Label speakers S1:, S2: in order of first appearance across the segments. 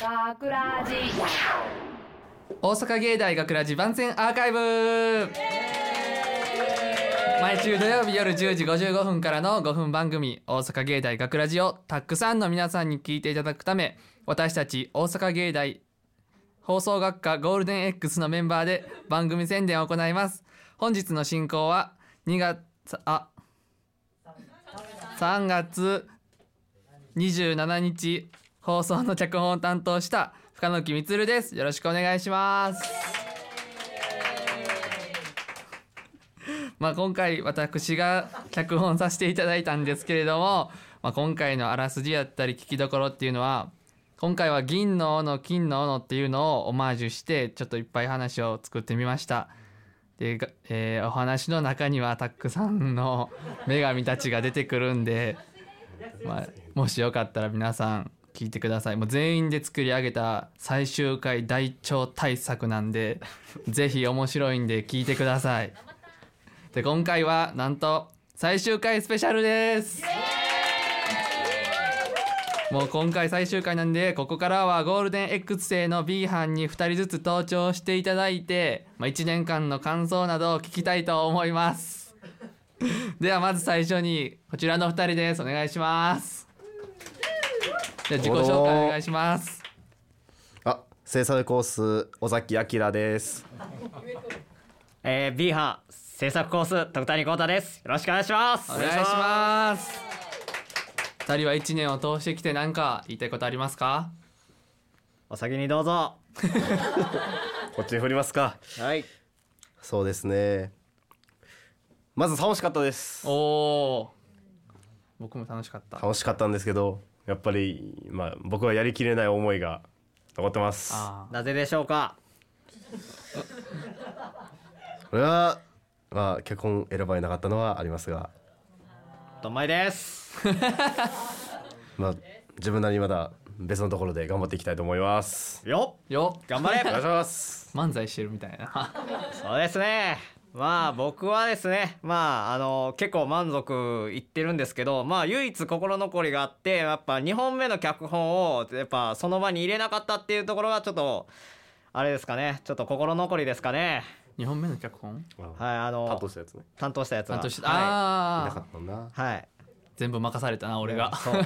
S1: ガクラジ
S2: 大阪芸大学ラジ番宣アーカイブ毎週土曜日夜10時55分からの5分番組「大阪芸大学ラジをたくさんの皆さんに聞いていただくため私たち大阪芸大放送学科ゴールデン X のメンバーで番組宣伝を行います本日の進行は2月あ3月27日放送の脚本を担当した深野木充ですよろしくお願いしますまあ今回私が脚本させていただいたんですけれども、まあ、今回のあらすじやったり聞きどころっていうのは今回は銀の斧金の斧っていうのをオマージュしてちょっといっぱい話を作ってみましたで、がえーお話の中にはたくさんの女神たちが出てくるんで、まあ、もしよかったら皆さん聞いてくださいもう全員で作り上げた最終回大超大作なんでぜひ面白いんで聞いてくださいで今回はなんと最終回スペシャルですもう今回最終回なんでここからはゴールデン X 生の B 班に2人ずつ登頂していただいて、まあ、1年間の感想などを聞きたいと思います ではまず最初にこちらの2人ですお願いしますじゃあ自己紹介お願いします
S3: あ、制作コース尾崎明です。
S4: えー、B 班制作コース徳谷幸太ですよろしくお願いします
S2: お願いします2人は1年を通してきて何か言いたいことありますか
S4: お先にどうぞ
S3: こっちに振りますか。
S4: はい
S3: そうですね。まず楽しかったです
S2: お。お僕も楽しかった
S3: 楽しかったんですけど、やっぱりまあ僕はやりきれない思いが残ってます。
S2: あ
S4: なぜでしょうか
S3: これはまあ脚本選ばれなかったのはありますが、
S4: どんま いです
S3: まあ自分なりにまだ別のところで頑張っていきたいと思います。
S4: よ
S2: ーよっ
S4: 頑張
S3: お願いし
S4: れ
S3: ます。
S2: 漫才してるみたいな
S4: そうですねまあ僕はですねまああの結構満足いってるんですけどまあ唯一心残りがあってやっぱ2本目の脚本をやっぱその場に入れなかったっていうところがちょっとあれですかねちょっと心残りですかね
S2: 2本目の脚本
S3: はい。
S4: はい
S3: 担
S4: あの
S3: 当したやつね。
S4: 担当したやつが
S2: 担当して、
S4: は
S3: な
S2: あ
S3: か
S2: あ
S3: ったな。
S4: い、はい、
S2: 全部任されたな俺が
S4: そうい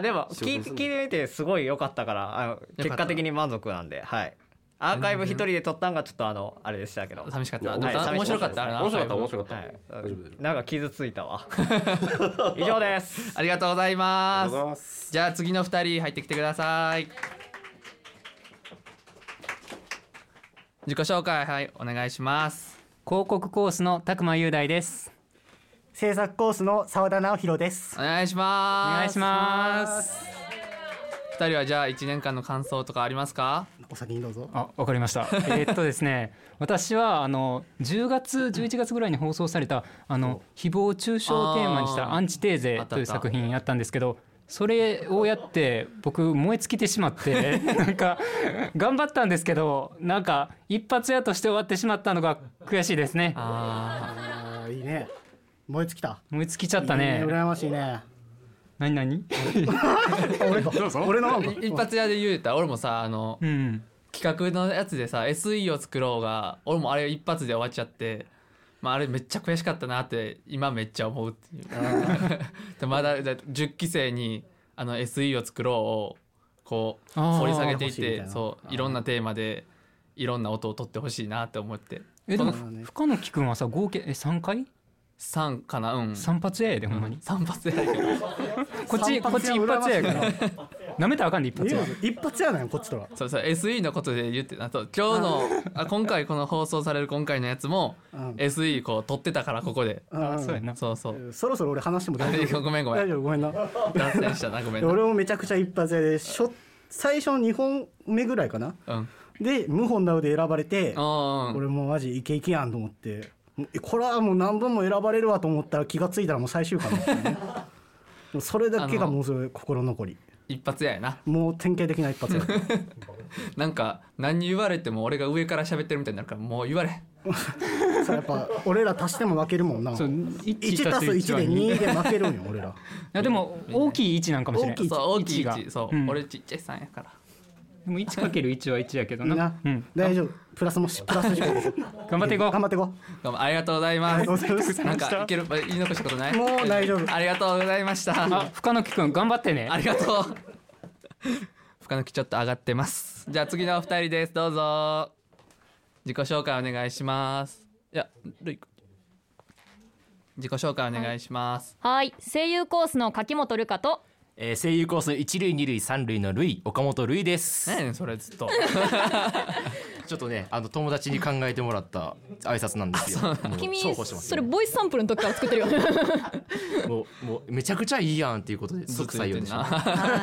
S4: でも
S3: 仕事
S4: 聞
S3: す
S4: いて
S3: る
S4: 聞
S3: の
S4: いてみてすごい良かったからあの
S2: た
S4: 結果的に満足なんではいアーカイブ一人で撮ったんがちょっとあのあれでしたけど、
S2: 寂しかった
S3: い
S2: で
S3: や
S2: もさ
S4: はい
S2: 面白かったな
S3: 面白かった面白かった。
S4: は
S3: あり
S4: い
S3: 大丈夫大丈、
S4: なんか傷ついたわ 以上です
S2: ありがとうござい
S3: がと
S2: ま
S3: う
S2: す
S3: ございます。
S2: じゃあ次の二人入ってきてください自己紹介はいお願いします
S5: 広告コースの拓磨雄大です
S6: 制作コースの澤田直弘です
S2: お。願いします
S5: お願いします
S2: 二人はじゃあ一年間の感想とかありますか
S6: お先にど うぞ。
S5: あ、わかりました。えーっとですね、私はあの10月11月ぐらいに放送されたあの誹謗中傷をテーマにし
S2: あー
S5: たアンチテーゼという作品やったんですけど。それをやって僕燃え尽きてしまって なんか頑張ったんですけどなんか一発屋として終わってしまったのが悔しいですね
S2: あ
S6: ああいいね。燃え尽きた。
S5: 燃え尽きちゃった
S6: いい
S5: ね
S6: 羨ましいね。
S5: 何 何
S6: 俺か。俺の番か
S2: ー一発屋で言うたら俺もさあの
S5: うん
S2: 企画のやつでさ SE を作ろうが俺もあれ一発で終わっちゃって、まあ、あれめっちゃ悔しかったなって今めっちゃ思うっていうで まだだ10期生にあの SE を作ろうをこう
S5: あー
S2: 掘り下げていっ
S6: 欲しいみたい
S2: て
S6: な
S2: そういろんなテーマでいろんな音を取ってほしいなって思って
S5: えでも
S6: そうだね
S5: 深野木君はさ合計え3回
S2: 3かなうん
S5: 3発屋やでほんまに
S2: 3発でやるけど
S5: こっちこっち一発やから。なめたらあかんで一発や。
S6: 一発やねんこっちとは。
S2: そうそう SE のことで言ってなと今日のあ今回この放送される今回のやつも
S6: うん
S2: SE こう取ってたからここで
S6: あ
S5: そうやな。
S2: そうそう
S6: そろそろ俺話しても大丈夫。
S2: ごめんごめん
S6: 大丈夫ごめんな。
S2: 脱線したなごめんな
S6: 俺もめちゃくちゃ一発屋でしょ最初の二本目ぐらいかな。
S2: うん
S6: で無本なので選ばれて、
S2: あ
S6: 俺もうマジイケイケやんと思って。もうえこれはもう何本も選ばれるわと思ったら気がついたらもう最終回だった ねもうそれだけがもうすごい心残り
S2: 一発ややな
S6: もう典型的な一発 や
S2: なんか何言われても俺が上から喋ってるみたいになるからもう言われん
S6: そうやっぱ俺ら足しても負けるもんな
S5: そう
S6: 1
S5: 一
S6: 足す1で
S5: い
S6: 2で負 けるんよ俺ら
S5: やでも大きい一なんかもしれな
S6: 大き
S5: い。
S6: い
S2: そう大きい
S5: 一が
S2: 1そう、
S5: うん
S2: 俺ちっちゃい3やから
S5: でも一かける一は一やけどな。
S6: な
S5: うん。
S6: 大丈夫プラスもしプラス10です
S5: 頑張っていこう。
S6: 頑張っていこ
S2: どうもありがとうございま。
S6: ありがとうございますす
S2: なんかいける言い残したことない？
S6: もう大丈夫
S2: ありがとうございました。
S5: あ、深野木くん頑張ってね
S2: あ。りがとう。深野木ちょっと上がってます。じゃあ次のお二人です。どうぞ。自己紹介お願いします。いや、ルイ君。自己紹介お願いします。
S1: はい声優コースの柿本瑠香と
S7: えー声優コースの一類二類三類の類岡本類です
S2: 何やねんそれずっと。
S7: ちょっとねあの友達に考えてもらった挨拶なんですよもう
S1: 君
S7: そうこうしてます
S1: それボイスサンプルの時から作ってるよ
S7: もうもうめちゃくちゃいいやんっていうことで
S2: ずっと
S7: 即
S2: 言っ
S7: 採用
S2: てん
S7: でし
S2: な。
S7: た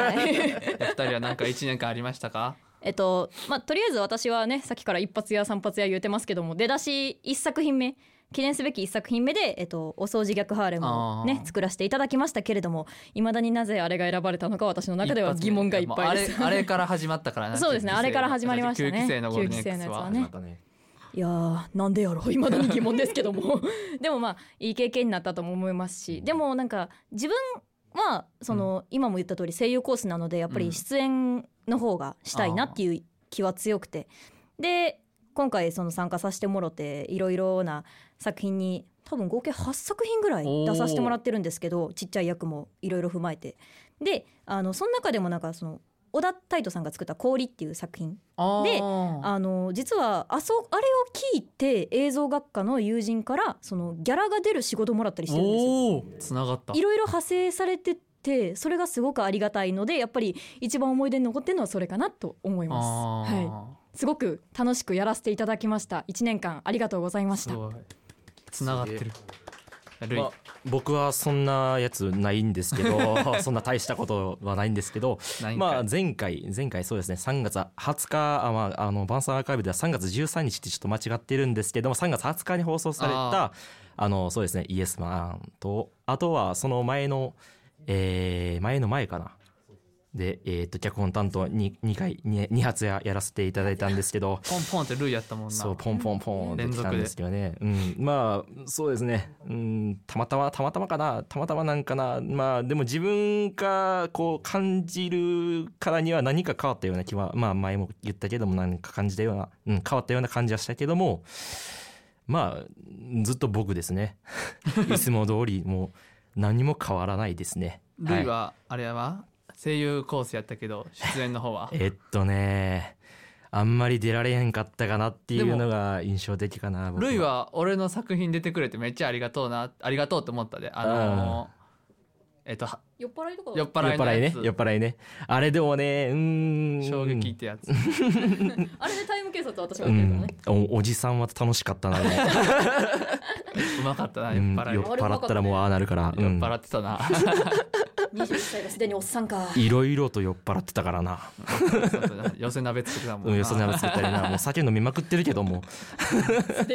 S1: はい
S2: お二人はなんか 一年間ありましたか？
S1: えっとまあとりあえず私はねさっきから一発や三発や言うてますけども出だし一作品目記念すべき一作品目で、えっと、お掃除逆ハーレムをね
S2: あー
S1: 作らせていただきましたけれどもいまだになぜあれが選ばれたのか私の中では疑問がいっぱいで
S2: や
S1: す
S2: もうあれあれから始まったから な。
S1: そうですねあれから始まりましたね
S2: 9期生のゴールデン
S1: 九期生の
S2: X
S1: やつは
S2: は。
S1: ね
S7: またね
S1: いやーなんでやろいまだに疑問ですけど もでもまあいい経験になったとも思いますしでもなんか自分はその、今も言った通り声優コースなのでやっぱ
S2: う
S1: り
S2: ん
S1: 出演の方がしたいなっていう気は強くて、で今回その参加させてもろていろいろな作品に多分合計8作品ぐらい出させてもらってるんですけどちっちゃい役もいろいろ踏まえてであのその中でもなんかその小田泰斗さんが作った「氷」っていう作品
S2: あ
S1: で
S2: ー
S1: あの実はあそあれを聞いて映像学科の友人からそのギャラが出る仕事もらったりしてるんですよ。
S2: おおー、繋がった
S1: い。ろいろ派生されててそれがすごくありがたいのでやっぱり一番思い出に残ってるのはそれかなと思います。は
S2: あ
S1: い、すごく楽しくやらせていただきました。一年間ありがとうございま
S2: ー
S1: し
S2: す
S1: た。
S2: ごい。繋がってる。ルイ
S7: まあ、僕はそんなやつないんですけ どそんな大したことはないんですけど
S2: ないんかい
S7: まあ前回前回そうですね3月20日あ、まあ、あの晩餐アーカイブでは3月13日ってちょっと間違ってるんですけども3月20日に放送されたあのそうですねイエスマンとあとはその前の、えー前の前かなで、えー、と脚本担当に 2, 回 2, 発ややらせていただいたんですけど
S2: ポンポンって ルイやったもんな。
S7: そうポンポンポンで
S2: 連
S7: き
S2: 続で
S7: たんですけどね、うん、まあそうですね、うん、たまたまたまたまかなたまたまなんかなまあでも自分がこう感じるからには何か変わったような気はまあ前も言ったけども何か感じたような、うん、変わったような感じはしたけどもまあずっと僕で すねいつも通りもう何も変わらないですね。
S2: ルイはあれは声優コースやったけど出演の方 は
S7: えっとねあんまり出られへんかったかなっていうのが印象的かな僕
S2: ルイは俺の作品出てくれてめっちゃありがとうなありがとうって思ったであのーえっとは
S1: 酔っ払いとか
S2: 酔っ
S7: 酔っ
S2: 払いの
S7: 払い
S2: や
S7: ね
S2: つ
S7: 酔っ払いねあれでもねうーん
S2: 衝撃ってやつ
S1: あれでタイム警察私
S7: う。んおおじさんは楽しかったな、でも
S2: うまかったな
S7: う
S2: 酔っ
S7: ん酔っ
S2: 払い酔
S7: 払ったらもうああなるから、う
S2: っ
S7: ん
S2: 払ってたな
S1: 21歳がすでにおっさんか
S7: いろいろと酔っ払ってたからな
S2: 寄せ鍋作ってたも
S7: うんん
S2: な
S7: よそなつけたりなもう酒飲みまくってるけ ども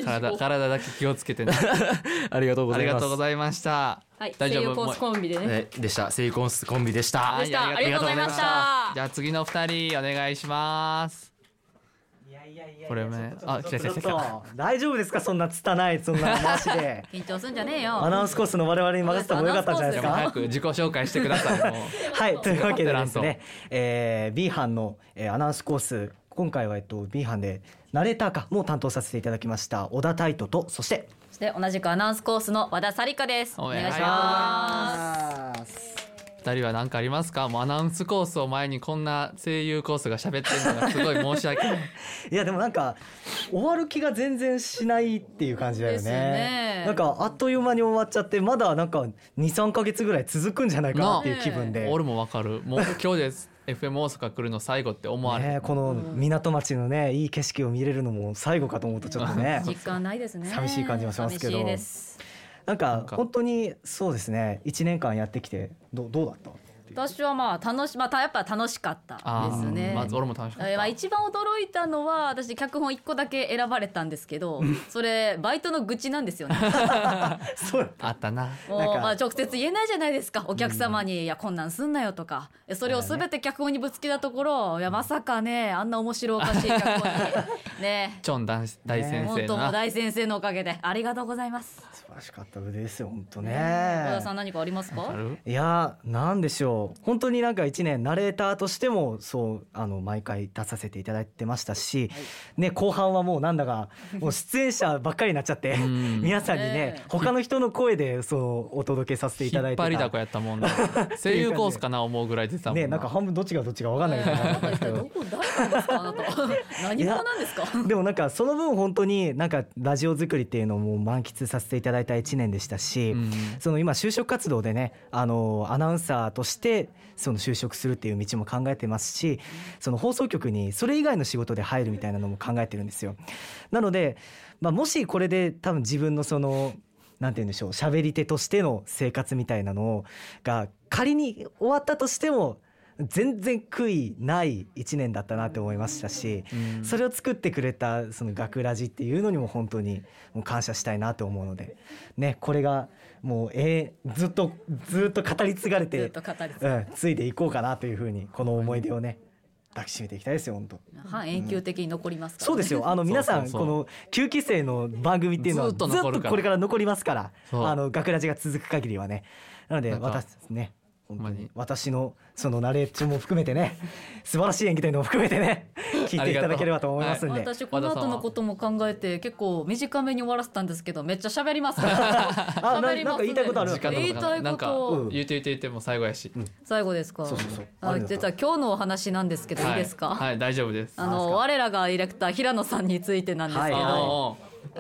S2: 体体だけ気をつけてな
S7: ありがとうご
S2: あ
S7: ざ
S2: り
S7: い
S2: が
S7: ま
S2: と
S7: す
S2: うございました
S1: はい、 声
S2: 大丈夫
S1: 優コースコンビでね。
S7: えでしたセイコンスコンビでした
S1: でした
S2: はい
S1: ありがとうございました
S2: じゃあ次の二人お願いしますこれもねあ来た来た来た来
S4: ちょ
S2: た
S4: っと大丈夫ですかそんな拙いそんな話 で
S1: 緊張すんじゃねえ
S4: ア
S1: よ。
S4: ナウンスコースの我々に任せた方が良かったんじゃない
S2: で
S4: です
S2: も
S4: か
S2: 早く自己紹介してくださいもう
S4: はい、というわけでですね、えー、B 班の、えーアナウンスコース、今回は、えっと、B 班でナレーターかも担当させていただきました小田泰斗とそして
S8: そして同じくアナウンスコースの和田紗理香です。
S2: お
S8: お
S2: 願
S8: 願
S2: い
S8: い
S2: し
S8: し
S2: ます
S8: ま
S2: 二人は何かありますかもうアナウンスコースを前にこんな声優コースが喋ってるのがすごい申し訳ない
S4: いやでもなんか終わる気が全然しないっていう感じだよね
S8: ですよね
S4: なんかあっという間に終わっちゃってまだなんか23か月ぐらい続くんじゃないかなっていう気分で。
S2: 俺もわかるもう今日です FM 大阪来るの最後って思われ
S4: ね
S2: る、
S4: え、この港町のねいい景色を見れるのも最後かと思うとちょっとね
S8: す。実感ないですね。
S4: 寂しい感じもしますけど
S8: 寂しいです。
S4: なんか
S2: か
S4: 本当にそうですね1年間やってきてどうどうだった
S8: 私はまあ楽しまたやっぱ楽しかった
S2: あ
S8: です
S2: ー
S8: ね。
S2: まず俺も楽しかっ
S8: えー
S2: た
S8: まあ一番驚いたのは私脚本一個だけ選ばれたんですけど、それバイトの愚痴なんですよね。
S4: そう
S2: あったな
S8: もう
S4: なんか
S8: まあ直接言えないじゃないですか。お客様にいやこんなんすんなよとか、えそれをすべて脚本にぶつけたところ、いやまさかねあんな面白おかしい脚本 にね。
S2: チョン大大先生
S8: 本
S2: の
S8: 当もう
S2: な、
S8: 大先生のおかげでありがとうございます。
S4: 素晴らしかった腕ですよ本当
S8: 小
S4: ね
S8: 田さん何かありますか
S2: ある
S4: いやーなんでしょう
S9: ど本当になんか1年ナレーターとしてもそうあの毎回出させていただいてましたし、ね、後半はもうなんだかもう出演者ばっかりになっちゃって
S2: ん
S9: 皆さんにね
S8: ね
S9: 他の人の声でそうお届けさせてい
S2: 引
S9: ただ
S2: っ
S9: いて
S2: 張りだ
S9: た
S2: こやったもんな声優コースかな思うぐらい出てたもんな,、
S9: ねなんか半分どっちがどっちか分かんないみたいな
S8: あなた一体どこ誰なんですかあなた 何者なんですか
S9: でもなんかその分本当になんかラジオ作りっていうのも満喫させていただいた1年でしたし、
S2: うん
S9: その今就職活動でねあのアナウンサーとしてその就職するっていう道も考えてますしその放送局にそれ以外の仕事で入るみたいなのも考えてるんですよ。なので、まあ、もしこれで多分自分のそのなんて言うんでしょう喋り手としての生活みたいなのをが仮に終わったとしても全然悔いない1年だったなって思いましたし、それを作ってくれたその学ラジっていうのにも本当にもう感謝したいなと思うので、ね、これがもう、えーずっとずっと語り継がれ
S8: ずってと、語り
S9: うん、ついでいこうかなというふうにこの思い出をね抱きしめていきたいですよ本当。
S8: 半永久的に残りますから、ね、
S9: そうですよ。あの皆さ
S2: そうそ
S9: ん
S2: うそう
S9: この9期生の番組っていうのは
S2: ず
S9: ず
S2: っと
S9: っと
S2: 残るから
S9: これから残りますから、
S2: そう
S9: あの学ラジが続く限りはね。なので
S2: なんか
S9: 私ね。本当
S2: ほんまに
S9: に私のそのナレーションも含め てね素晴らしい演技というのも含めてね聞いていただければと思いますんで、
S8: 私この後のことも考えて結構短めに終わらせたんですけどめっちゃ喋りますから
S9: あな
S8: 喋ります
S9: なんか言
S8: ね
S9: いたいことある
S2: 時間の
S8: 言いたい
S2: なん
S8: こ
S2: か
S8: と、
S9: うん
S2: 言って言って言ってもう最後やし、
S8: 最後ですか
S9: そうそう
S8: あ
S9: ありがとう
S8: 実は今日のお話なんですけど、、
S2: はい
S8: いですか、
S2: はい大丈夫です
S8: あの我らがディレクター平野さんについてなんですけど、
S9: はい
S2: あ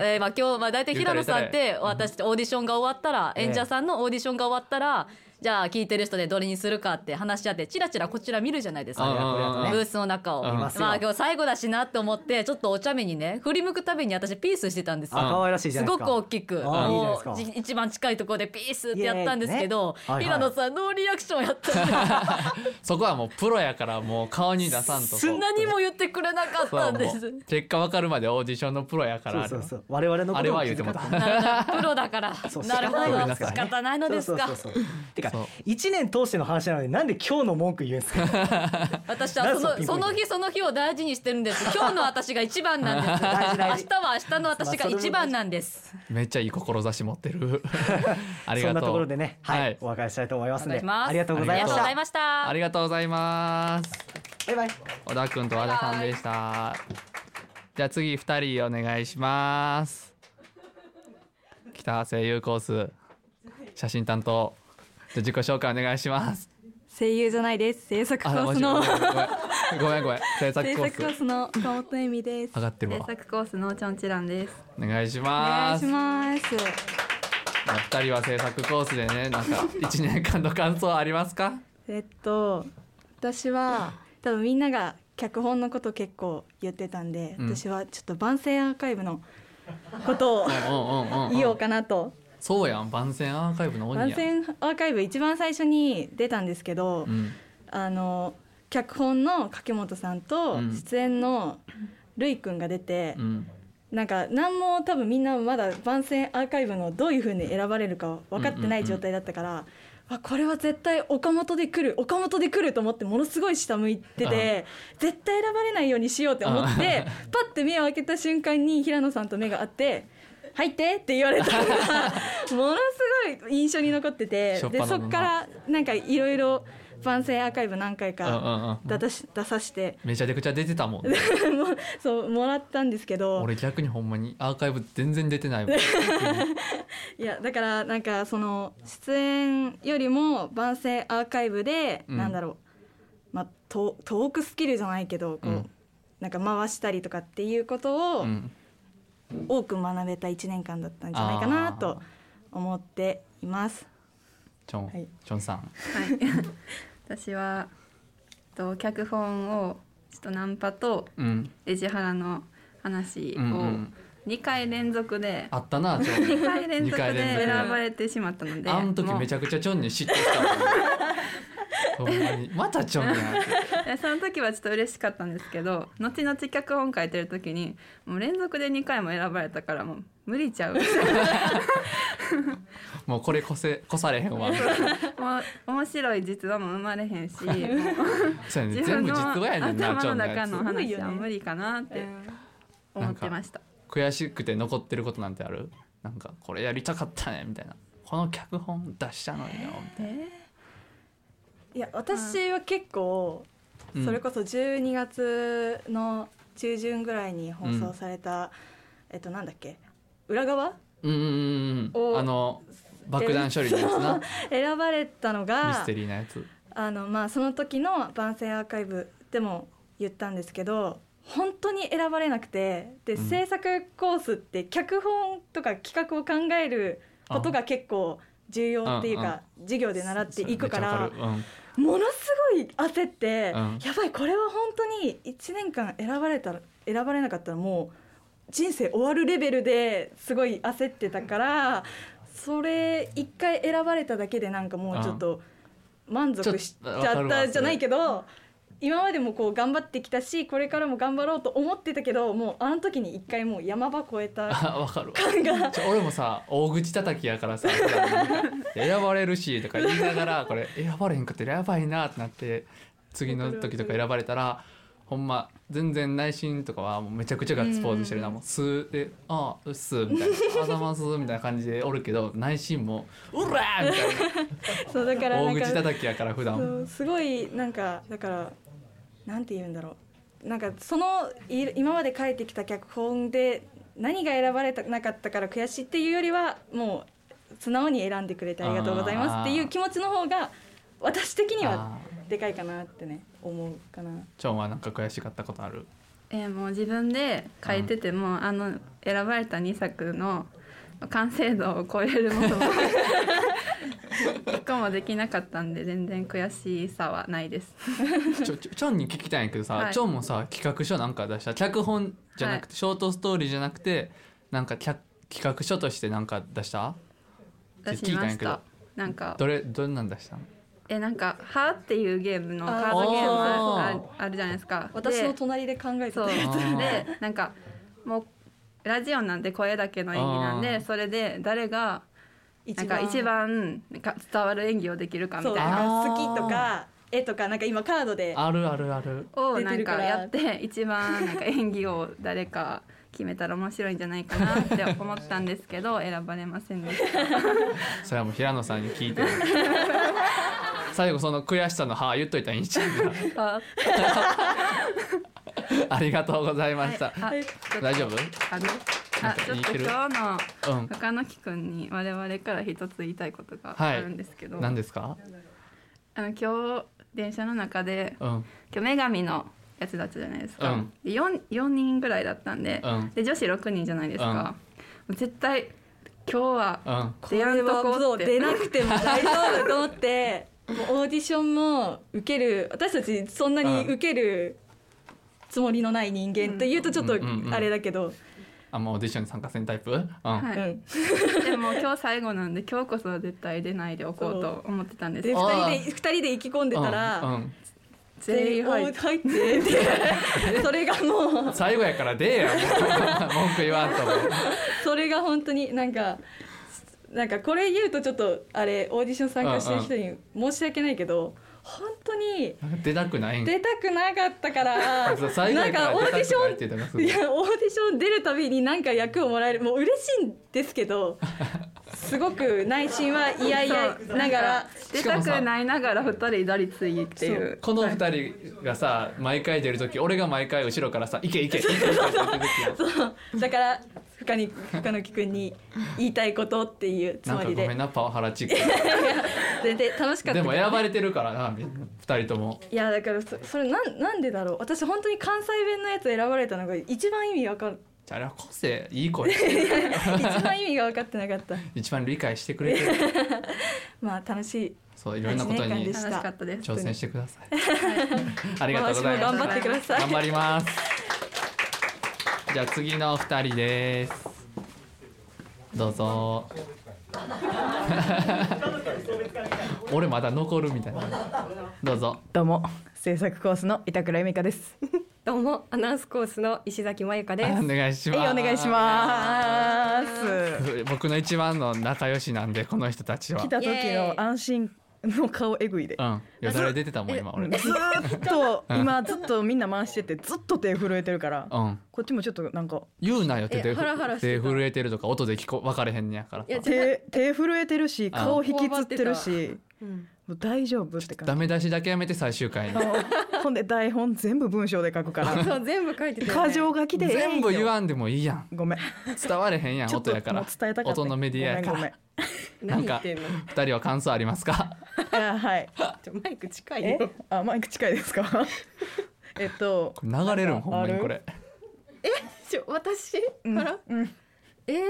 S8: えーまあ、今日、まあ、大体平野さんって私オーディションが終わったら演者さんのオーディションが終わったらじゃあ聞いてる人でどれにするかって話し合ってチラチラこちら見るじゃないです
S2: うんうんうん
S8: か
S2: うん
S8: ブースの中を
S2: 見
S8: ま
S9: ますよ
S8: あ今日最後だしなと思ってちょっとお茶目にね振り向くたびに私ピースしてたんです
S9: あ
S8: よ。
S9: 可愛らしいじゃ
S8: す
S9: ないです
S8: ご
S9: か
S8: く大きく
S9: あーいいじゃない
S8: も
S9: ですか
S8: うじ一番近いところでピースってやったんですけど、
S9: イエーイねはいはい
S8: 平野さんノーリアクションやったんで
S2: ーそこはもうプロやからもう顔に出さんと
S8: す何も言ってくれなかっ
S2: そう
S8: たんで
S2: も
S8: す
S2: う結果わかるまでオーディションのプロやからあれ
S9: そうそうそ
S2: は
S9: う我々のこと
S2: あれは
S9: を
S2: 言
S9: 気
S2: うて
S9: 遣
S2: も
S9: っ
S2: ら
S9: た
S2: った
S8: プロだから
S9: そう
S8: なるほ
S9: 仕方ない
S8: ど
S9: ですからね
S8: 仕方ないのですか
S9: そうそうそうそうてか
S2: そう
S9: 1年通しての話なのになんで今日の文句言うんですか
S8: 私はそ
S9: なん
S8: の
S9: で
S8: そ
S9: そ
S8: の
S9: の
S8: 日その日を大事にしてるんです今日の私が一番なんです
S9: 事 大事
S8: 明日は明日の私が一番なんです
S2: めっちゃいい志持ってるありがと
S9: そ
S2: うん
S9: なところでね、はい
S2: はい
S9: お別れしたいと思います
S8: お
S9: ん
S8: 願
S9: で
S8: いします
S9: ありがとうご
S8: あ
S9: ざ
S8: り
S9: い
S8: が
S9: まし
S8: とうご
S9: た
S8: ざいました
S2: ありがとうございます
S9: バイバイ
S2: 小田君と和田さんでしたじゃあ次二人お願いします北声優コース写真担当じゃあ自己紹介お願いします
S10: 声優じゃないです制作コ
S2: あ
S10: ー
S2: マ
S10: ス
S2: ジ
S10: の
S2: ごめんごめんごめんごめん制作
S10: 制
S2: コ
S10: 作コ
S2: ー
S10: ー
S2: ス
S10: スの岡本恵美です
S2: 上がってるわ
S10: 制作コースのチョンチランです
S2: お願いし
S10: お願
S2: ま
S10: いし
S2: す
S10: ます
S2: まあ二人は制作コースでねなんか一年間の感想ありますか
S10: えっと私は多分みんなが脚本のこと結構言ってたんで、
S2: うん
S10: 私はちょっと番宣アーカイブのことを
S2: うんうんうんうん
S10: 言おうかなと
S2: そうやん番宣アーカイブの鬼や
S10: 番宣アーカイブ一番最初に出たんですけど、
S2: うん
S10: あの脚本の掛本さんと
S2: うん
S10: 出演のるいくんが出て、
S2: うん
S10: なんか何も多分みんなまだ番宣アーカイブのどういうふうに選ばれるか分かってない状態だったから、わこれは絶対岡本で来る岡本で来ると思ってものすごい下向いてて絶対選ばれないようにしようって思ってパッて目を開けた瞬間に平野さんと目が合って「入って!」って言われた のがものすごい印象に残ってて
S2: しょっぱ
S10: で
S2: なの
S10: そっからなんかいろいろ番宣アーカイブ何回
S2: うんうんうん
S10: か出たし出させて
S2: めちゃくちゃ出てたもんね
S10: そうもらったんですけど。
S2: 俺逆にほんまにアーカイブ全然出てないもん
S10: いやだからなんかその出演よりも番宣アーカイブで、
S2: うん
S10: なんだろう、まあ、トトークスキルじゃないけどこう、
S2: うん
S10: なんか回したりとかっていうことを
S2: うん
S10: 多く学べた1年間だったんじゃないかなと思っています。
S2: チョン、
S10: はい
S2: チョンさん
S10: はい、
S11: 私はえっと脚本をちょっとナンパと
S2: うん
S11: レジハラの話
S2: うんう
S11: を
S2: ん
S11: 2回連続で
S2: あったなチョン
S11: 2回連続
S2: 二回
S11: で
S2: 連続で
S11: 選ばれてしまったので
S2: あの時
S11: もう
S2: めちゃくちゃチョンに嫉妬した もんほんまにまたチョンやんって
S11: え その時はちょっと嬉しかったんですけど後々脚本書いてる時にもう連続で2回も選ばれたからもう無理ちゃう
S2: もうこれ越せ越されへんわみたいな
S11: もう面白い実話も生まれへんしもう
S2: そうやね
S11: 自
S2: 全
S11: 分
S2: 部実話
S11: の
S2: やねんな
S11: 頭
S2: チョ
S11: の
S2: ンのや
S11: 中
S2: つ
S11: の話は無理かなって思ってました。
S2: 悔しくて残ってることなんてあるなんかこれやりたかったねみたいなこの脚本出したのよみたいな、
S11: え
S10: いや私は結構
S11: うん
S10: それこそ12月の中旬ぐらいに放送された、えっとなんだっけ裏側
S2: うんうんうんうん
S10: お
S2: あの爆弾処理のやつな
S10: 選ばれたの
S2: ミ
S10: が
S2: ステリーなやつ
S10: あのまあその時の番宣アーカイブでも言ったんですけど本当に選ばれなくてで、
S2: うん
S10: 制作コースって脚本とか企画を考えることが結構重要っていう
S2: うんうん
S10: か授業で習っていくから。
S2: めっちゃわか
S10: ものすごい焦って、
S2: うん
S10: やばいこれは本当に1年間選ばれたら選ばれなかったらもう人生終わるレベルですごい焦ってたからそれ一回選ばれただけでなんかもうちょっと満足しち
S2: ちょっとわ
S10: ゃ
S2: か
S10: っ
S2: るわ
S10: たじゃないけど。今までもこう頑張ってきたしこれからも頑張ろうと思ってたけどもうあの時に一回もう山場越え
S2: る うん、あ
S10: た
S2: わかるわ
S10: 感が
S2: ちょ俺もさ大口叩きやからさ 選ばれるしとか言いながらこれ選ばれへんかってやばいなってなって次の時とか選ばれたらほんま全然内心とかはもうめちゃくちゃガッツポーズしてるな、もう「すー」で「ああうっすー」みたいな「あざます」みたいな感じでおるけど内心も「うらー!」み
S10: そうだ
S2: た
S10: か
S2: い
S10: ら
S2: な
S10: な
S2: 大
S10: んか
S2: 口叩きやから普段
S10: そうすごいなんかだからなんて言うんだろうなんかそのい今まで書いてきた脚本で何が選ばれたなかったから悔しいっていうよりはもう素直に選んでくれてありがとうございますっていう気持ちの方が私的にはでかいかなってね思うかな。
S2: ちょんはなんか悔しかったことある
S11: えーもう自分で書いてても、あの選ばれた2作の完成度を超えるもの も一個もできなかったんで全然悔しさはないです。
S2: ちょちょちょんに聞きたいんやけどさ、
S11: はい
S2: ちょんもさ企画書なんか出した脚本じゃなくて、ショートストーリーじゃなくてなんか企企画書としてなんか出した
S11: 出
S2: 聞
S11: し
S2: いたん
S11: ま
S2: や
S11: し
S2: けど
S11: た。なんか
S2: どれどんなん出したの
S11: えなんか「は」っていうゲームのカー
S2: あー
S11: ドゲーム
S2: あ
S11: あ
S2: ー
S11: るあるじゃないですか。
S10: 私
S11: で
S10: の隣で考えてた
S11: そう
S10: やつ
S11: でなんかもうラジオなんで声だけの演技なん
S2: あ
S11: で
S2: ー
S11: それで誰がなんか一番なんか伝わる演技をできるかみた
S10: そ
S11: いう
S10: だ
S11: な
S10: から好きとか絵とかなんか今カードで
S2: あるあるある
S11: を
S10: 出
S11: な
S10: て
S11: ん
S10: るか
S11: からやって一番なんか演技を誰か決めたら面白いんじゃないかなって思ったんですけど選ばれません でした。
S2: それはもう平野さんに聞い て最後その悔しさの「はあ」言っといたらいいんちゃ う
S11: あ
S2: ありがとうございました、
S11: あちょっと
S2: 大丈夫
S11: あのあちょっと今日
S2: うん
S11: の中野木くんに我々から一つ言いたいことが
S2: は
S11: あ
S2: い
S11: るんですけど、
S2: 何ですか
S11: あの今日電車の中で
S2: うん
S11: 今日女神のやつだったじゃないです
S2: う
S11: か、
S2: ん
S11: で 4, 4人ぐらいだったんで,、
S2: うん
S11: で女子6人じゃないですか、もう絶対今日は
S2: うん
S10: こ
S11: 出
S10: れ
S11: やんと
S10: は
S11: こ
S10: そう
S11: って
S10: 出なくても大丈夫と思ってもうオーディションも受ける私たちそんなに受けるつもりのない人間というとちょっと
S2: うんうんうん
S10: あれだけど、
S2: あんまオーディションに参加せんタイプ、うん
S11: はい でも今日最後なんで今日こそは絶対出ないでおこうと思ってたんです
S10: で
S11: けど
S10: 2人で二人で意気込んでたら、
S2: うんうん
S11: 全員入って
S10: 入ってで それがもう
S2: 最後やからでえや もう文句言わんとも
S10: それが本当になんかなんかこれ言うとちょっとあれオーディション参加してる人に申し訳ないけど、本当に
S2: 出たくないん
S10: 出たくなかったから
S2: そう最後
S10: な
S2: や
S10: ん
S2: か
S10: からオーディ
S2: 出た
S10: シ
S2: くない
S10: ョ
S2: っ
S10: ン
S2: て言ってます
S10: いやオーディション出るたびに何か役をもらえるもう嬉しいんですけどすごく内心はいやいや
S11: そう
S10: ながら
S11: 出たくないながら2人打率いいっていう
S2: この二人がさ毎回出る時俺が毎回後ろからさ「いけいけいけ」いけって言ってる時や
S10: そう だから深に深野木君に言いたいことっていう つ
S2: な
S10: も
S2: んか
S10: り
S2: ごめ
S10: で
S2: んなパワハラチッ
S10: 全然楽しか
S2: ク
S10: っ
S2: で
S10: た
S2: も選ばれてるからなみんな二人とも
S10: いやだからそそれなんなんでだろう私本当に関西弁のやつ選ばれたのが一番意味わかん
S2: じゃああれは個性いい声
S10: 一番意味が分かってなか った
S2: 一番理解してくれて る
S10: まあ楽しい
S2: そういろんなことに
S10: 楽しかったです
S2: 挑戦してください ありがとうございます
S10: 私も頑張ってください
S2: 頑張りますじゃあ次のお二人ですどうぞ 俺まだ残るみたいなどうぞ
S12: どうも制作コースの板倉由美香です。
S13: どうもアナウンスコースの石崎真由香です。
S2: お願いします
S13: はいお願いします。
S2: 僕の一番の仲良しなんでこの人たちは
S12: 来た時の安心の顔えぐいで。
S2: うんよだれ出てたもん今俺
S12: ずーっと今ずっとみんな回しててずっと手震えてるから、
S2: うん
S12: こっちもちょっとなんか
S2: 言うなよって
S12: えハラハラして
S2: 手
S12: た
S2: 震えてるとか音で聞こ分かれへんねやから
S12: 手手震えてるし
S2: あ
S12: 顔引きつってるしもう大丈夫って
S2: ダ
S12: 感
S2: メ出しだけやめて最終回に
S12: じ。ほんで台本全部文章で書くから。
S13: そう全部書いてたよね
S12: 箇条書きでええんよ。
S2: 全部言わんでもいいやん
S12: ごめん。
S2: 伝われへんやん
S12: ちょっ
S2: 音
S12: とも
S2: や
S12: う
S2: から
S12: 伝えたかった。
S2: 音のメディアやか
S12: ごめん
S2: らなん
S12: 何
S2: か
S12: 言ってんの
S2: 二人は感想ありますか
S12: ごめん。あはい。
S13: じゃあマイク近い
S12: え
S13: よ。
S12: あマイク近いで すか。えっと。
S2: 流れるんほんま
S12: あ
S2: に
S12: る
S2: これ
S13: えちょ私から、えーい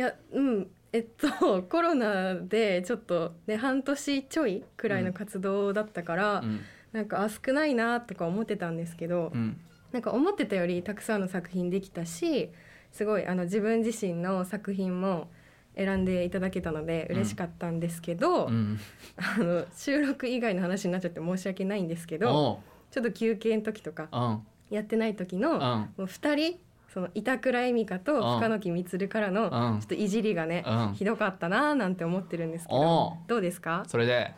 S13: やうんえっと コロナでちょっとね半年ちょいくらいの活動だったから、
S2: うん
S13: なんかあ少ないなとか思ってたんですけど、
S2: うん
S13: なんか思ってたよりたくさんの作品できたしすごいあの自分自身の作品も選んでいただけたので
S2: うん
S13: 嬉しかったんですけど、
S2: うん
S13: あの収録以外の話になっちゃって申し訳ないんですけ
S2: おう
S13: どちょっと休憩の時とか
S2: うん
S13: やってない時の、
S2: うん
S13: もう2人その板倉恵美香と
S2: うん
S13: 深野木満からの
S2: うん
S13: ちょっといじりがね、
S2: うん
S13: ひどかったなーなんて思ってるんですけ
S2: お
S13: どどうですか
S2: それで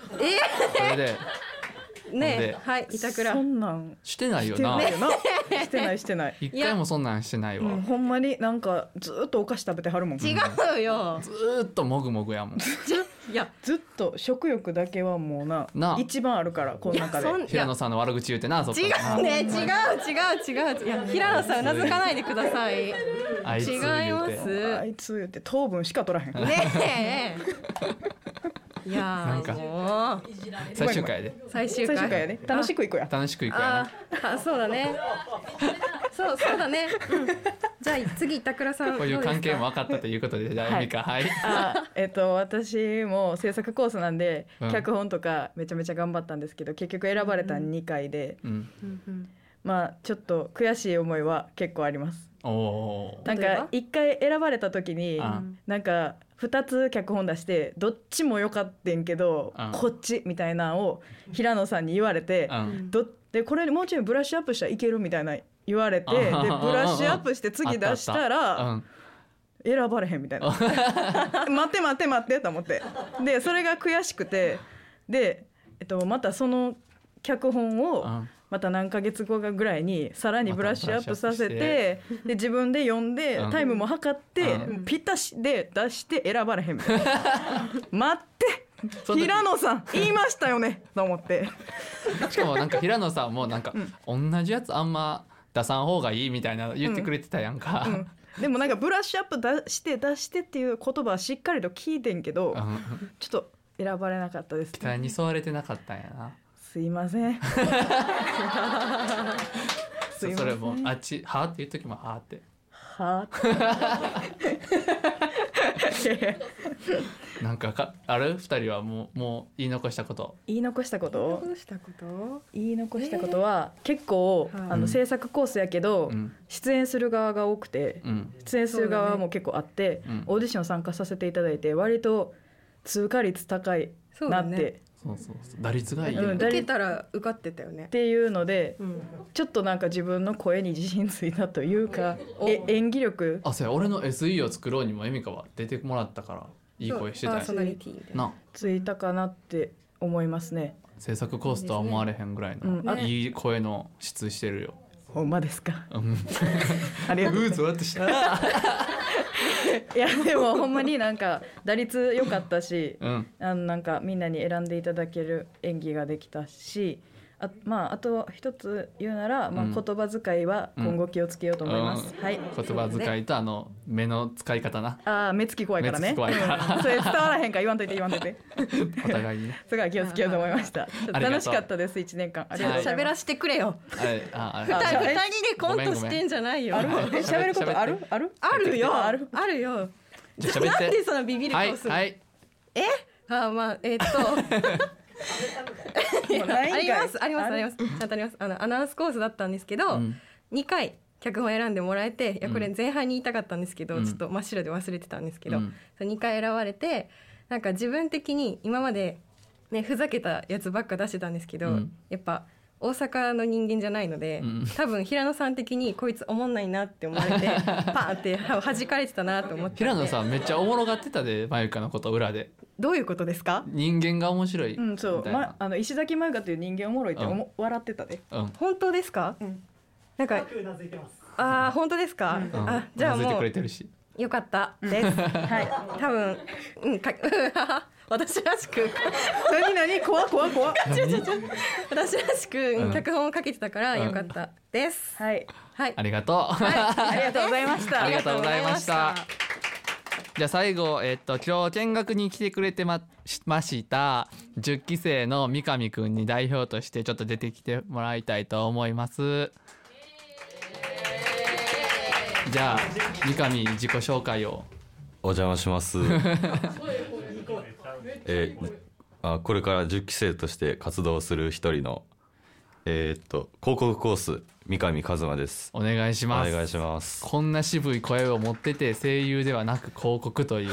S2: そ
S13: え
S2: れで
S13: ー、
S2: ほん
S13: ね
S2: で
S13: えはい板倉
S12: そんなん
S2: してないよな
S12: してないしてないしてない。
S2: 一回もそんなんしてないわ
S12: うんほんまになんかずーっとお菓子食べてはるもん。
S13: うよ
S2: ずーっともぐもぐやもん
S13: いや
S12: ずっと食欲だけはもうな
S2: なあ
S12: 一番あるからこの中
S13: い
S12: で
S13: やそんいや
S2: 平野さんの悪口言うてなそっか
S13: 違
S2: ら
S13: うね違う違う違ういや平野さんうなずかないでください
S2: あいつ
S13: 違い
S2: 言うて
S13: ます
S12: あいつ言って糖分しか取らへん
S13: ねえい
S2: な
S13: や
S2: んか
S13: もう
S2: 最終回で
S13: 最終回
S12: 最終回やね楽しくいこうや
S2: 楽しくいくやな
S13: あーあそうだねそうそうだね、うんじゃあ次板倉さん
S2: こういう関係も
S13: どう
S2: 分かったということでじゃあ
S12: は
S2: エ
S12: い
S2: ミカはい
S12: あえっと私も制作コースなんで、
S2: うん
S12: 脚本とかめちゃめちゃ頑張ったんですけど結局選ばれた2回で、
S2: うん
S12: まあちょっと悔しい思いは結構あります
S2: おお
S12: なん
S2: 例えば
S12: か1回選ばれた時に
S2: うん
S12: なんか2つ脚本出してどっちも良かってんけど
S2: うん
S12: こっちみたいなのを平野さんに言われて
S2: うん
S12: どでこれもうちょいブラッシュアップしたらいけるみたいな言われて
S2: あ
S12: で
S2: ー
S12: ブラッシュアップして次出した
S2: あったあ
S12: ら
S2: っ
S12: 選ばれへんみ たいな待って待って待ってと思ってでそれが悔しくてで、えっと、またその脚本を
S2: うん
S12: また何ヶ月後ぐらいにさらにブラッシュアップさせ
S2: またブラッ
S12: てで自分で読んで
S2: うん
S12: タイムも測って
S2: う
S12: ピタシで出して選ばれへんみたいな 待って
S2: その時
S12: 平野さん言いましたよねと思 って
S2: うんしかもなんか平野さんもなんか同じやつあんま出さん方がいいみたいな言ってくれてたやんか
S12: でもなんかブラッシュアップ出して出してっていう言葉はしっかりと聞いてんけど
S2: うん
S12: ちょっと選ばれなかったです
S2: 期待に
S12: ね
S2: 沿われてなかったんやな
S12: すいませんすいま
S2: そ
S12: せん
S2: れもあっち「は」って言う時も「は」って
S12: は
S2: なんかかある二人はもうもう言い残したこと
S12: 言い残したこと
S13: うしたこと
S12: 言い残したことは結構、
S13: はい
S12: あ
S2: う
S12: の
S2: ん
S12: 制作コースやけど、
S2: うん
S12: 出演する側が多くて、
S2: うん
S12: 出演する側も結構あって、
S2: うん
S12: オーディション参加させていただいて割と通過率高い
S13: そう
S12: な
S13: だ
S12: っ
S13: ね
S12: て、
S2: そうそうそう打率がいい
S12: うん
S13: 受けたら受かってたよね
S12: っていうので、ちょっとなんか自分の声に自信ついたというか、え演技力
S2: あそうや俺の SE を作ろうにもエミカは出てもらったからいい声してた
S13: パーソナ
S2: やん
S13: リティみたいな
S2: な
S12: ついたかなって思いますね。
S2: 制作コースとは思われへんぐらい
S12: うん
S2: の
S12: ね
S2: いい声の質してるよ
S12: ほんまですか。
S2: うん
S12: ありがとうございます
S2: うーそうやってした
S12: いやでもほんまになんか打率良かったし、
S2: うん
S12: あのなんかみんなに選んでいただける演技ができたしあ,、まあ、あと一つ言うなら、まあ、
S2: うん
S12: 言葉遣いは今後気をつけようと思います、
S2: うん
S12: はい
S2: 言葉遣いとあの目の使い 方な
S12: ああ目つき怖いからね
S2: 目つき怖いから
S12: うんそれ伝わらへんから言わんといて言わんといて
S2: お互いにね
S12: すごい気をつけようと思いました
S2: とう
S12: 楽しかったです一年間ありがとうござい
S13: 喋
S12: ま
S13: ら
S12: す
S13: せてくれよ
S2: あれあ
S13: 二
S2: あ
S13: 人二
S2: あ
S13: 人でコントしてんじゃないよ
S2: ごめんごめんあるえ喋ることある
S12: ある
S13: あるよ
S12: あ
S13: あ
S12: る
S13: るよ
S2: じゃあ喋って
S13: なんでそのビビる
S2: は
S13: 顔
S2: い
S13: するの
S2: はい
S13: えあまあえっ といや
S12: ないんか
S13: あ
S12: い
S13: りますあります
S12: ある
S13: ありますちゃんとありますあのアナウンスコースだったんですけど、2回脚本選んでもらえていやこれ前半に言いたかったんですけど、
S2: うん
S13: ちょっと真っ白で忘れてたんですけど、
S2: うん
S13: そう2回選ばれてなんか自分的に今まで、ね、ふざけたやつばっか出してたんですけど、
S2: うん
S13: やっぱ大阪の人間じゃないので、
S2: うん
S13: 多分平野さん的にこいつおもんないなって思わ れてパーンって弾かれてたなと思って
S2: 平野さんめっちゃおもろがってたでまゆかのこと裏で
S13: どういうことですか
S2: 人間が面白い
S12: うん
S2: みた
S12: そう、
S2: いな
S12: ま、あの石崎まゆかという人間おもろいっておも笑ってたで
S2: うん
S13: 本当ですか、なんかああー本当ですか、
S2: うん
S13: あじゃあ
S2: うなずいて
S13: も
S2: く
S13: う
S2: れてるし
S13: よかった です。はい、多分、うん、か 私らし く。
S12: 何何怖 怖怖
S13: 違う違う違う私らしく、うん
S2: うん
S13: 脚本をかけてたから、よかったです。はい。はい。
S2: ありがとう。
S13: はい、ありがとうございました。
S2: ありがとうございました。じゃあ最後、えっと、今日見学に来てくれてましました10期生の三上くんに代表としてちょっと出てきてもらいたいと思います。じゃあ三上自己紹介を。
S14: お邪魔します。えーあこれから10期生として活動する一人のえーっと広告コース三上和馬です。
S2: お願いします
S14: お願いします。
S2: こんな渋い声を持ってて声優ではなく広告と いう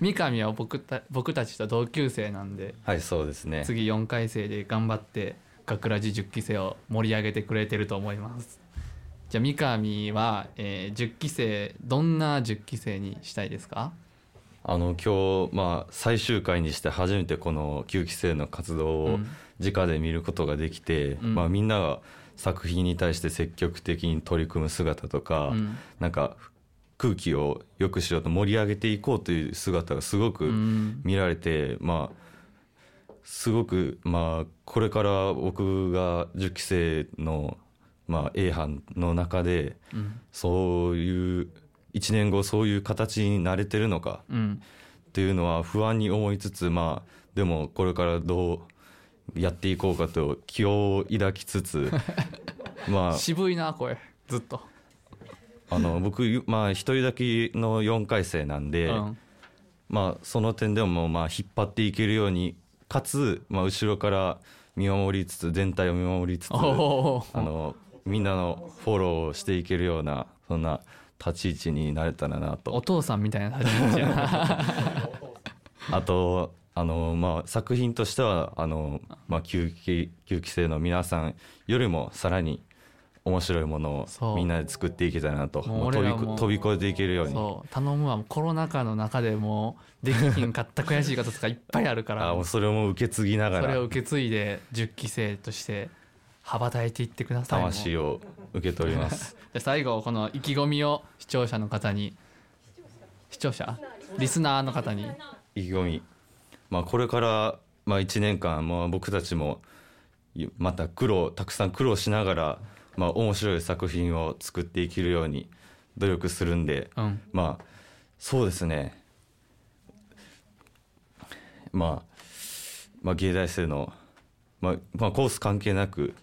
S2: 三上は僕た僕たちと同級生なんで
S14: はいそうですね。
S2: 次4回生で頑張って学ラジ10期生を盛り上げてくれてると思いますじゃあ三上は、えー10期生どんな10期生にしたいですか
S14: あの今日まあ最終回にして初めてこの9期生の活動
S2: う
S14: を
S2: ん
S14: 直で見ることができて、
S2: うん
S14: まあみんなが作品に対して積極的に取り組む姿とか、
S2: うん
S14: なんか空気を良くしようと盛り上げていこうという姿がすごく
S2: うん
S14: 見られて、まあすごくまあこれから僕が10期生のまあ A 班の中で
S2: うん
S14: そういう1年後そういう形に慣れてるのか
S2: うん
S14: っていうのは不安に思いつつまあでもこれからどうやっていこうかと気を抱き つつま
S2: 渋いな声ずっと
S14: ああの僕まあ一人だけの4回生なんで、
S2: うん
S14: まあその点でもまあ引っ張っていけるようにかつ、まあ、後ろから見守りつつ全体を見守りつつあ
S2: おー
S14: のみんなのフォローをしていけるようなそんな立ち位置になれたらなと
S2: お父さんみたいな立ち位置やな
S14: あとあのまあ作品としてはあのまあ旧期旧期生の皆さんよりもさらに面白いもの
S2: そう
S14: をみんなで作っていけたらなと
S2: もう
S14: もう飛
S2: 俺
S14: び
S2: ら
S14: こ
S2: も
S14: 飛び越えていけるように
S2: そう頼むわコロナ禍の中でもうできひんかった悔しいこととかいっぱいあるから
S14: あもうそれも受け継ぎなが
S2: それを
S14: ら
S2: 受け継いで10期生として羽ばたいていってくださいもう
S14: 魂を受け取ります
S2: じゃあ最後この意気込みを視聴者の方に視聴者リスナーの方に
S14: 意気込み、まあ、これから、まあ、1年間、まあ、僕たちもいまた苦労たくさん苦労しながら、まあ、面白い作品を作っていけるように努力するんで、
S2: うん
S14: まあそうですねまあ、まあ芸大生の、まあまあ、コース関係なく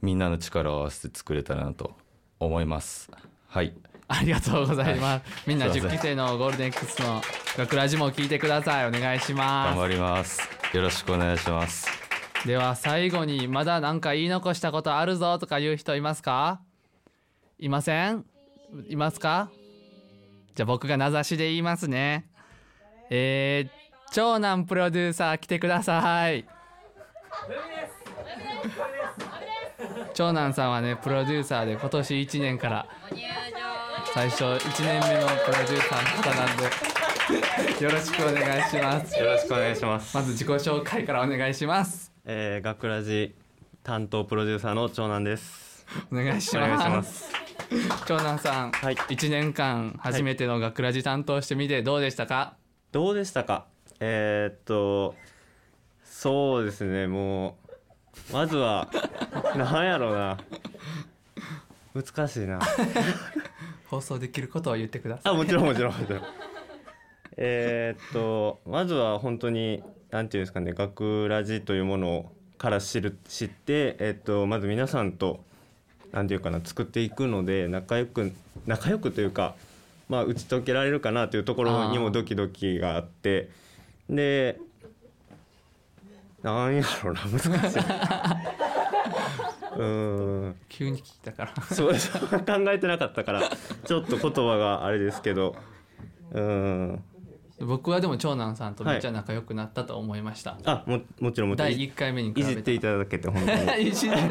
S14: みんなの力を合わせて作れたらなと思います。はい、
S2: ありがとうございます、
S14: はい
S2: みんな
S14: すいま
S2: 10
S14: せん
S2: 期生のゴールデン X の学ラジも聞いてくださいお願いします
S14: 頑張ります。よろしくお願いします。
S2: では最後にまだ何か言い残したことあるぞとか言う人いますかいませんいますかじゃあ僕が名指しで言いますねえー、長男プロデューサー来てください長男さんはねプロデューサーで今年1年から最初1年目のプロデューサーの方なんでよろしくお願いします
S15: よろしくお願いします
S2: まず自己紹介からお願いします
S15: えー、学ラジ担当プロデューサーの長男です
S2: お願いします
S15: お願いします
S2: 長男さん、一年間初めての学ラジ担当してみてどうでしたか、
S15: どうでしたかえー、っとそうですねもうまずはなんやろうな難し いな
S2: 放送できることを言ってください
S15: あもちろんもちろんもちろん えーっとまずは本当になんていうんですかね学ラジというものから知る知って、えーっとまず皆さんとなんていうかな作っていくので仲良く仲良くというか、まあ、打ち解けられるかなというところにもドキドキがあってでなんやろうな難しいうーん
S2: 急に聞いたから
S15: そうそう考えてなかったからちょっと言葉があれですけどうーん
S2: 僕はでも長男さんとめっちゃ仲良くなったと思いました、
S15: あももちろんもちろん
S2: 第1回目に比
S15: いじ
S2: べ
S15: ってていただけて本当に
S2: いじってない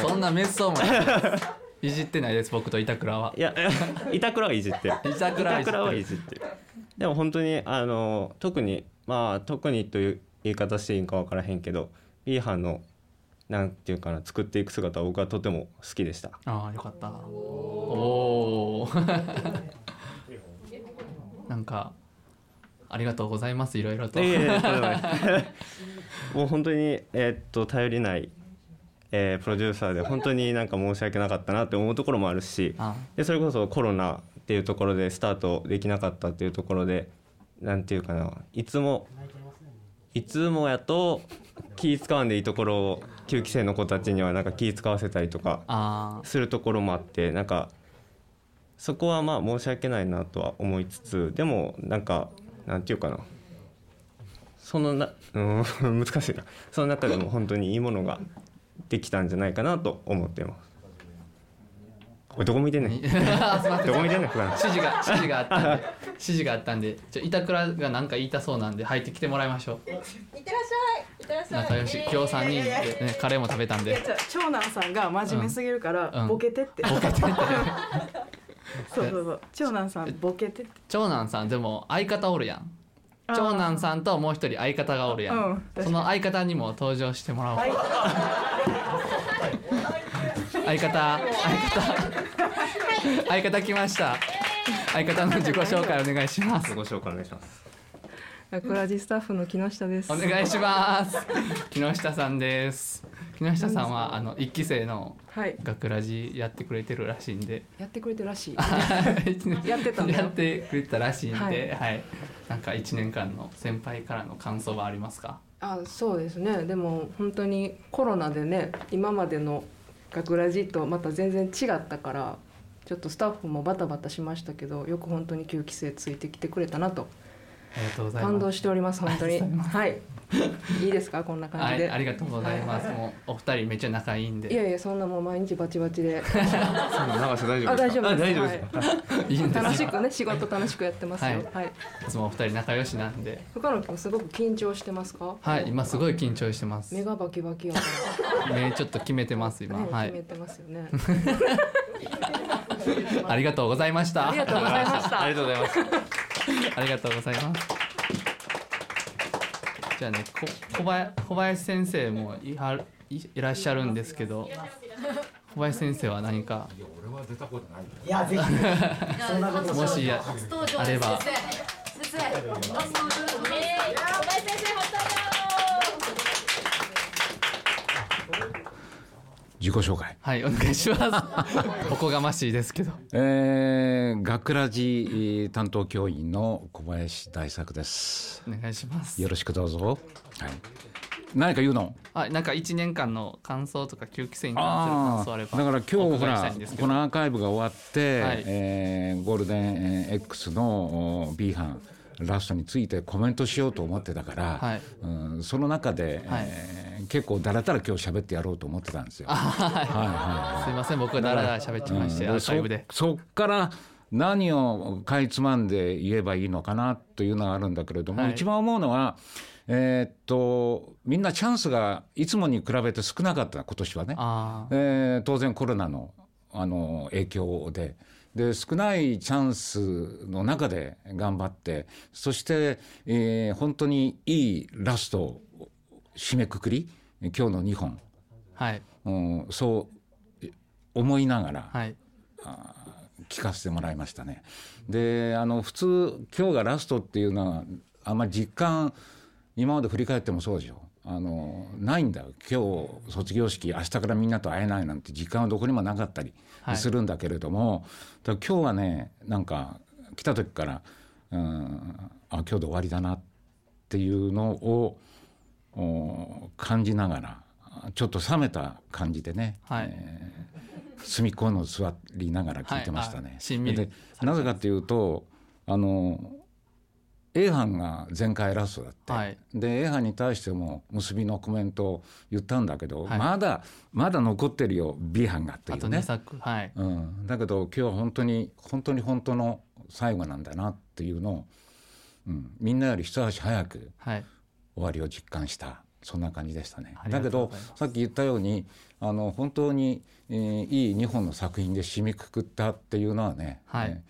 S2: そんな滅相も ないいじってないです僕と板倉はい
S15: や 板倉はいじってる
S2: 板倉はいじってる
S15: はいじってるでも本当にあの特にまあ特にという言い方していいんか分からへんけど B 班のなんていうかな作っていく姿は僕はとても好きでした
S2: ああよかったおおなんか ありがとうございますいろいろと。
S15: いえいえとんで もない もう本当に、えーっと頼りない、えープロデューサーで本当になんか申し訳なかったなって思うところもあるしでそれこそコロナっていうところでスタートできなかったっていうところでなんていうかないつもいつもやと気使わんでいいところを9期生の子たちにはなんか気使わせたりとかするところもあってなんかそこはまあ申し訳ないなとは思いつつでもなんかなんていうかなそのな、うん、 難しいなその中でも本当にいいものができたんじゃないかなと思ってます。おいどこ見てん ねんどこ見てんねん普段
S2: 指示が指示があったんで指示があったんでじゃあ板倉が何か言いたそうなんで入ってきてもらいましょ
S16: いってらっ
S2: う
S16: しゃい。
S2: 仲良し今日3人で、ね、カレーも食べた
S16: い
S2: ん
S16: や
S2: で
S16: じゃあ長男さんが真面目すぎるから、
S2: うんうん
S16: ボケてって。
S2: ボケてって
S16: そうそうそう。長男さんボケてって。
S2: 長男さんでも相方おるやん
S16: あー
S2: 長男さんともう一人相方がおるやん、
S16: うん確かに
S2: その相方にも登場してもらおう、相方相方相方来ました相方の自己紹介お願いします
S15: 自己紹介お願いします
S17: ラクラジスタッフの木下です。
S2: お願いします。木下さんです。木下さんはあの一期生の
S17: はい
S2: 学ラジやってくれてるらしいんで、
S17: やってくれてるらし い。
S2: やって
S17: たんだよ
S2: やってくれてたらしいんで、は、
S17: はいい
S2: なんか一年間の先輩からの感想はありますか？
S17: あ、そうですね。でも本当にコロナでね、今までの学ラジとまた全然違ったから、ちょっとスタッフもバタバタしましたけど、よく本当に9期生ついてきてくれたなと
S2: ありがとうござい
S17: 感
S2: ま
S17: 動
S2: す。
S17: しております。本 当に。はい。いいですかこんな
S2: は
S17: 感じ
S2: い、
S17: で。
S2: ありがとうございます。もうお二人めっちゃ仲いいんで。
S17: いやいやそんなもう毎日バチバチで。
S2: 長瀬大
S17: あ大丈夫です。
S2: いいんですよ
S17: 楽しくね仕事楽しくやってますよ。
S2: は
S17: はいい。
S2: いつもお二人仲良しなんで、
S17: 深野君すごく緊張してますか。
S2: はい、今すごい緊張してます。
S17: 目がバキバキやか
S2: 目ちょっと決めてます
S17: ら
S2: 今。はい
S17: 決。めてますよね。
S2: ありがとうございました。
S17: ありがとうございまし た
S2: ありがとうございます。ありがとうございます。じゃあね、こ小林小林先生もいはいいらっしゃるんですけど、小林先生は何か
S18: 俺は出たことない
S2: いやぜひそんなこともしや
S8: 初登場
S2: あれば
S8: 先生先生初登場
S18: 自己紹介
S2: はいお願いします。おこがましいですけど。
S18: えー、学ラジえー担当教員の小林大作です
S2: お願いします
S18: よろしくどうぞはい何か言うの
S2: あ、なんか一年間の感想とか休期生に関する
S18: あ
S2: 感想あれ
S18: あ
S2: ば。
S18: だから
S2: お
S18: 今日ほ
S2: 伺いした
S18: ら
S2: いんですけど
S18: このアーカイブが終わって、
S2: はい
S18: えーゴールデンえー X のお B 班ラストについてコメントしようと思ってたから、うん、その中で、えー結構だらだら今日喋ってやろうと思ってたんですよ。
S2: すいません、僕はだらだら喋っちゃいまして、
S18: うん
S2: アーカイブで。
S18: そそっから何をかいつまんで言えばいいのかなというのがあるんだけれども、
S2: はい
S18: 一番思うのは、えーっとみんなチャンスがいつもに比べて少なかった今年はね、
S2: あ
S18: えー当然コロナのあの影響で。で少ないチャンスの中で頑張ってそして、えー本当にいいラストを締めくくり今日の2本、
S2: はい
S18: うん、そう思いながら、
S2: はい、
S18: 聞かせてもらいましたね。であの普通今日がラストっていうのはあんまり実感今まで振り返ってもそうでしょあのないんだよ今日卒業式明日からみんなと会えないなんて実感はどこにもなかったり
S2: はい
S18: するんだけれども、だから今日はねなんか来た時からうんあ今日で終わりだなっていうのをお感じながらちょっと冷めた感じでね、えー隅っこの座りながら聞いてましたね。
S2: はいあしんみり
S18: でなぜかというとあの A 班が前回ラストだって、で A 班に対しても結びのコメントを言ったんだけど、
S2: はい
S18: まだまだ残ってるよ B 班がっていう
S2: あ
S18: ね
S2: と二作、はい。
S18: うん、だけど今日は本当に本当に本当の最後なんだなっていうのを、うん、みんなより一足早く
S2: はい。
S18: 終わりを実感したそんな感じでしたね
S2: あ。り
S18: だ
S2: がと
S18: け
S2: うご
S18: ど
S2: ざいます
S18: さっき言ったようにあの本当に、えーいい2本の作品で締めくくったっていうのはね、
S2: はい
S18: えー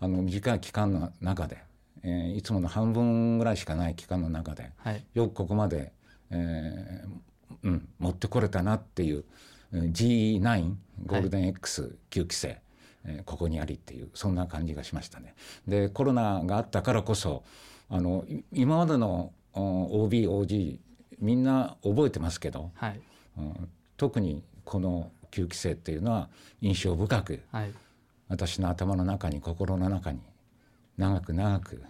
S18: あの短い期間の中で、えーいつもの半分ぐらいしかない期間の中で、
S2: はい
S18: よくここまで、えーうん、持ってこれたなっていうえー G9 ゴールデン X9 期生、えーここにありっていうそんな感じがしましたね。でコロナがあったからこそあのい今までの OBOG みんな覚えてますけど、
S2: はい
S18: うん特にこの9期生っていうのは印象深く、
S2: はい
S18: 私の頭の中に心の中に長く長く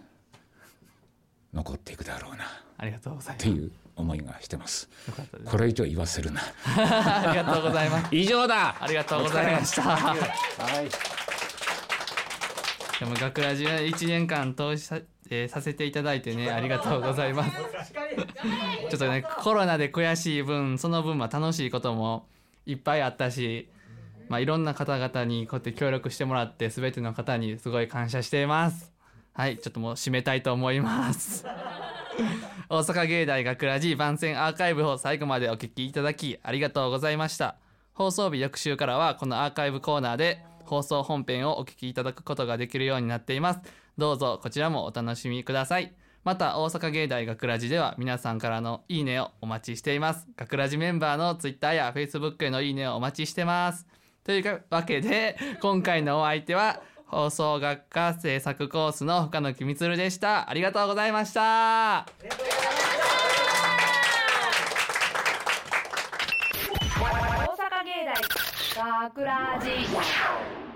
S18: 残っていくだろうな
S2: ありがとうござい
S18: っ
S2: ます
S18: ていう思いがしてます
S2: よかったです
S18: これ以上言わせるな
S2: ありがとうございます。
S18: 以上だ。
S2: ありがとうございました。
S18: お疲れ様
S2: はい。でも学ラジは一年間投資さ,、えーさせていただいて ねありがとうございます。ちょっとねコロナで悔しい分その分は楽しいこともいっぱいあったし、まあいろんな方々にこうやって協力してもらってすべての方にすごい感謝しています。はいちょっともう締めたいと思います。大阪芸大学ラジ番宣アーカイブを最後までお聞きいただきありがとうございました放送日翌週からはこのアーカイブコーナーで放送本編をお聞きいただくことができるようになっていますどうぞこちらもお楽しみくださいまた大阪芸大学ラジでは皆さんからのいいねをお待ちしています学ラジメンバーのツイッターやフェイスブックへのいいねをお待ちしてますというわけで今回のお相手は放送学科制作コースの深野木充でしたありがとうございました
S19: 大阪芸大学ラジ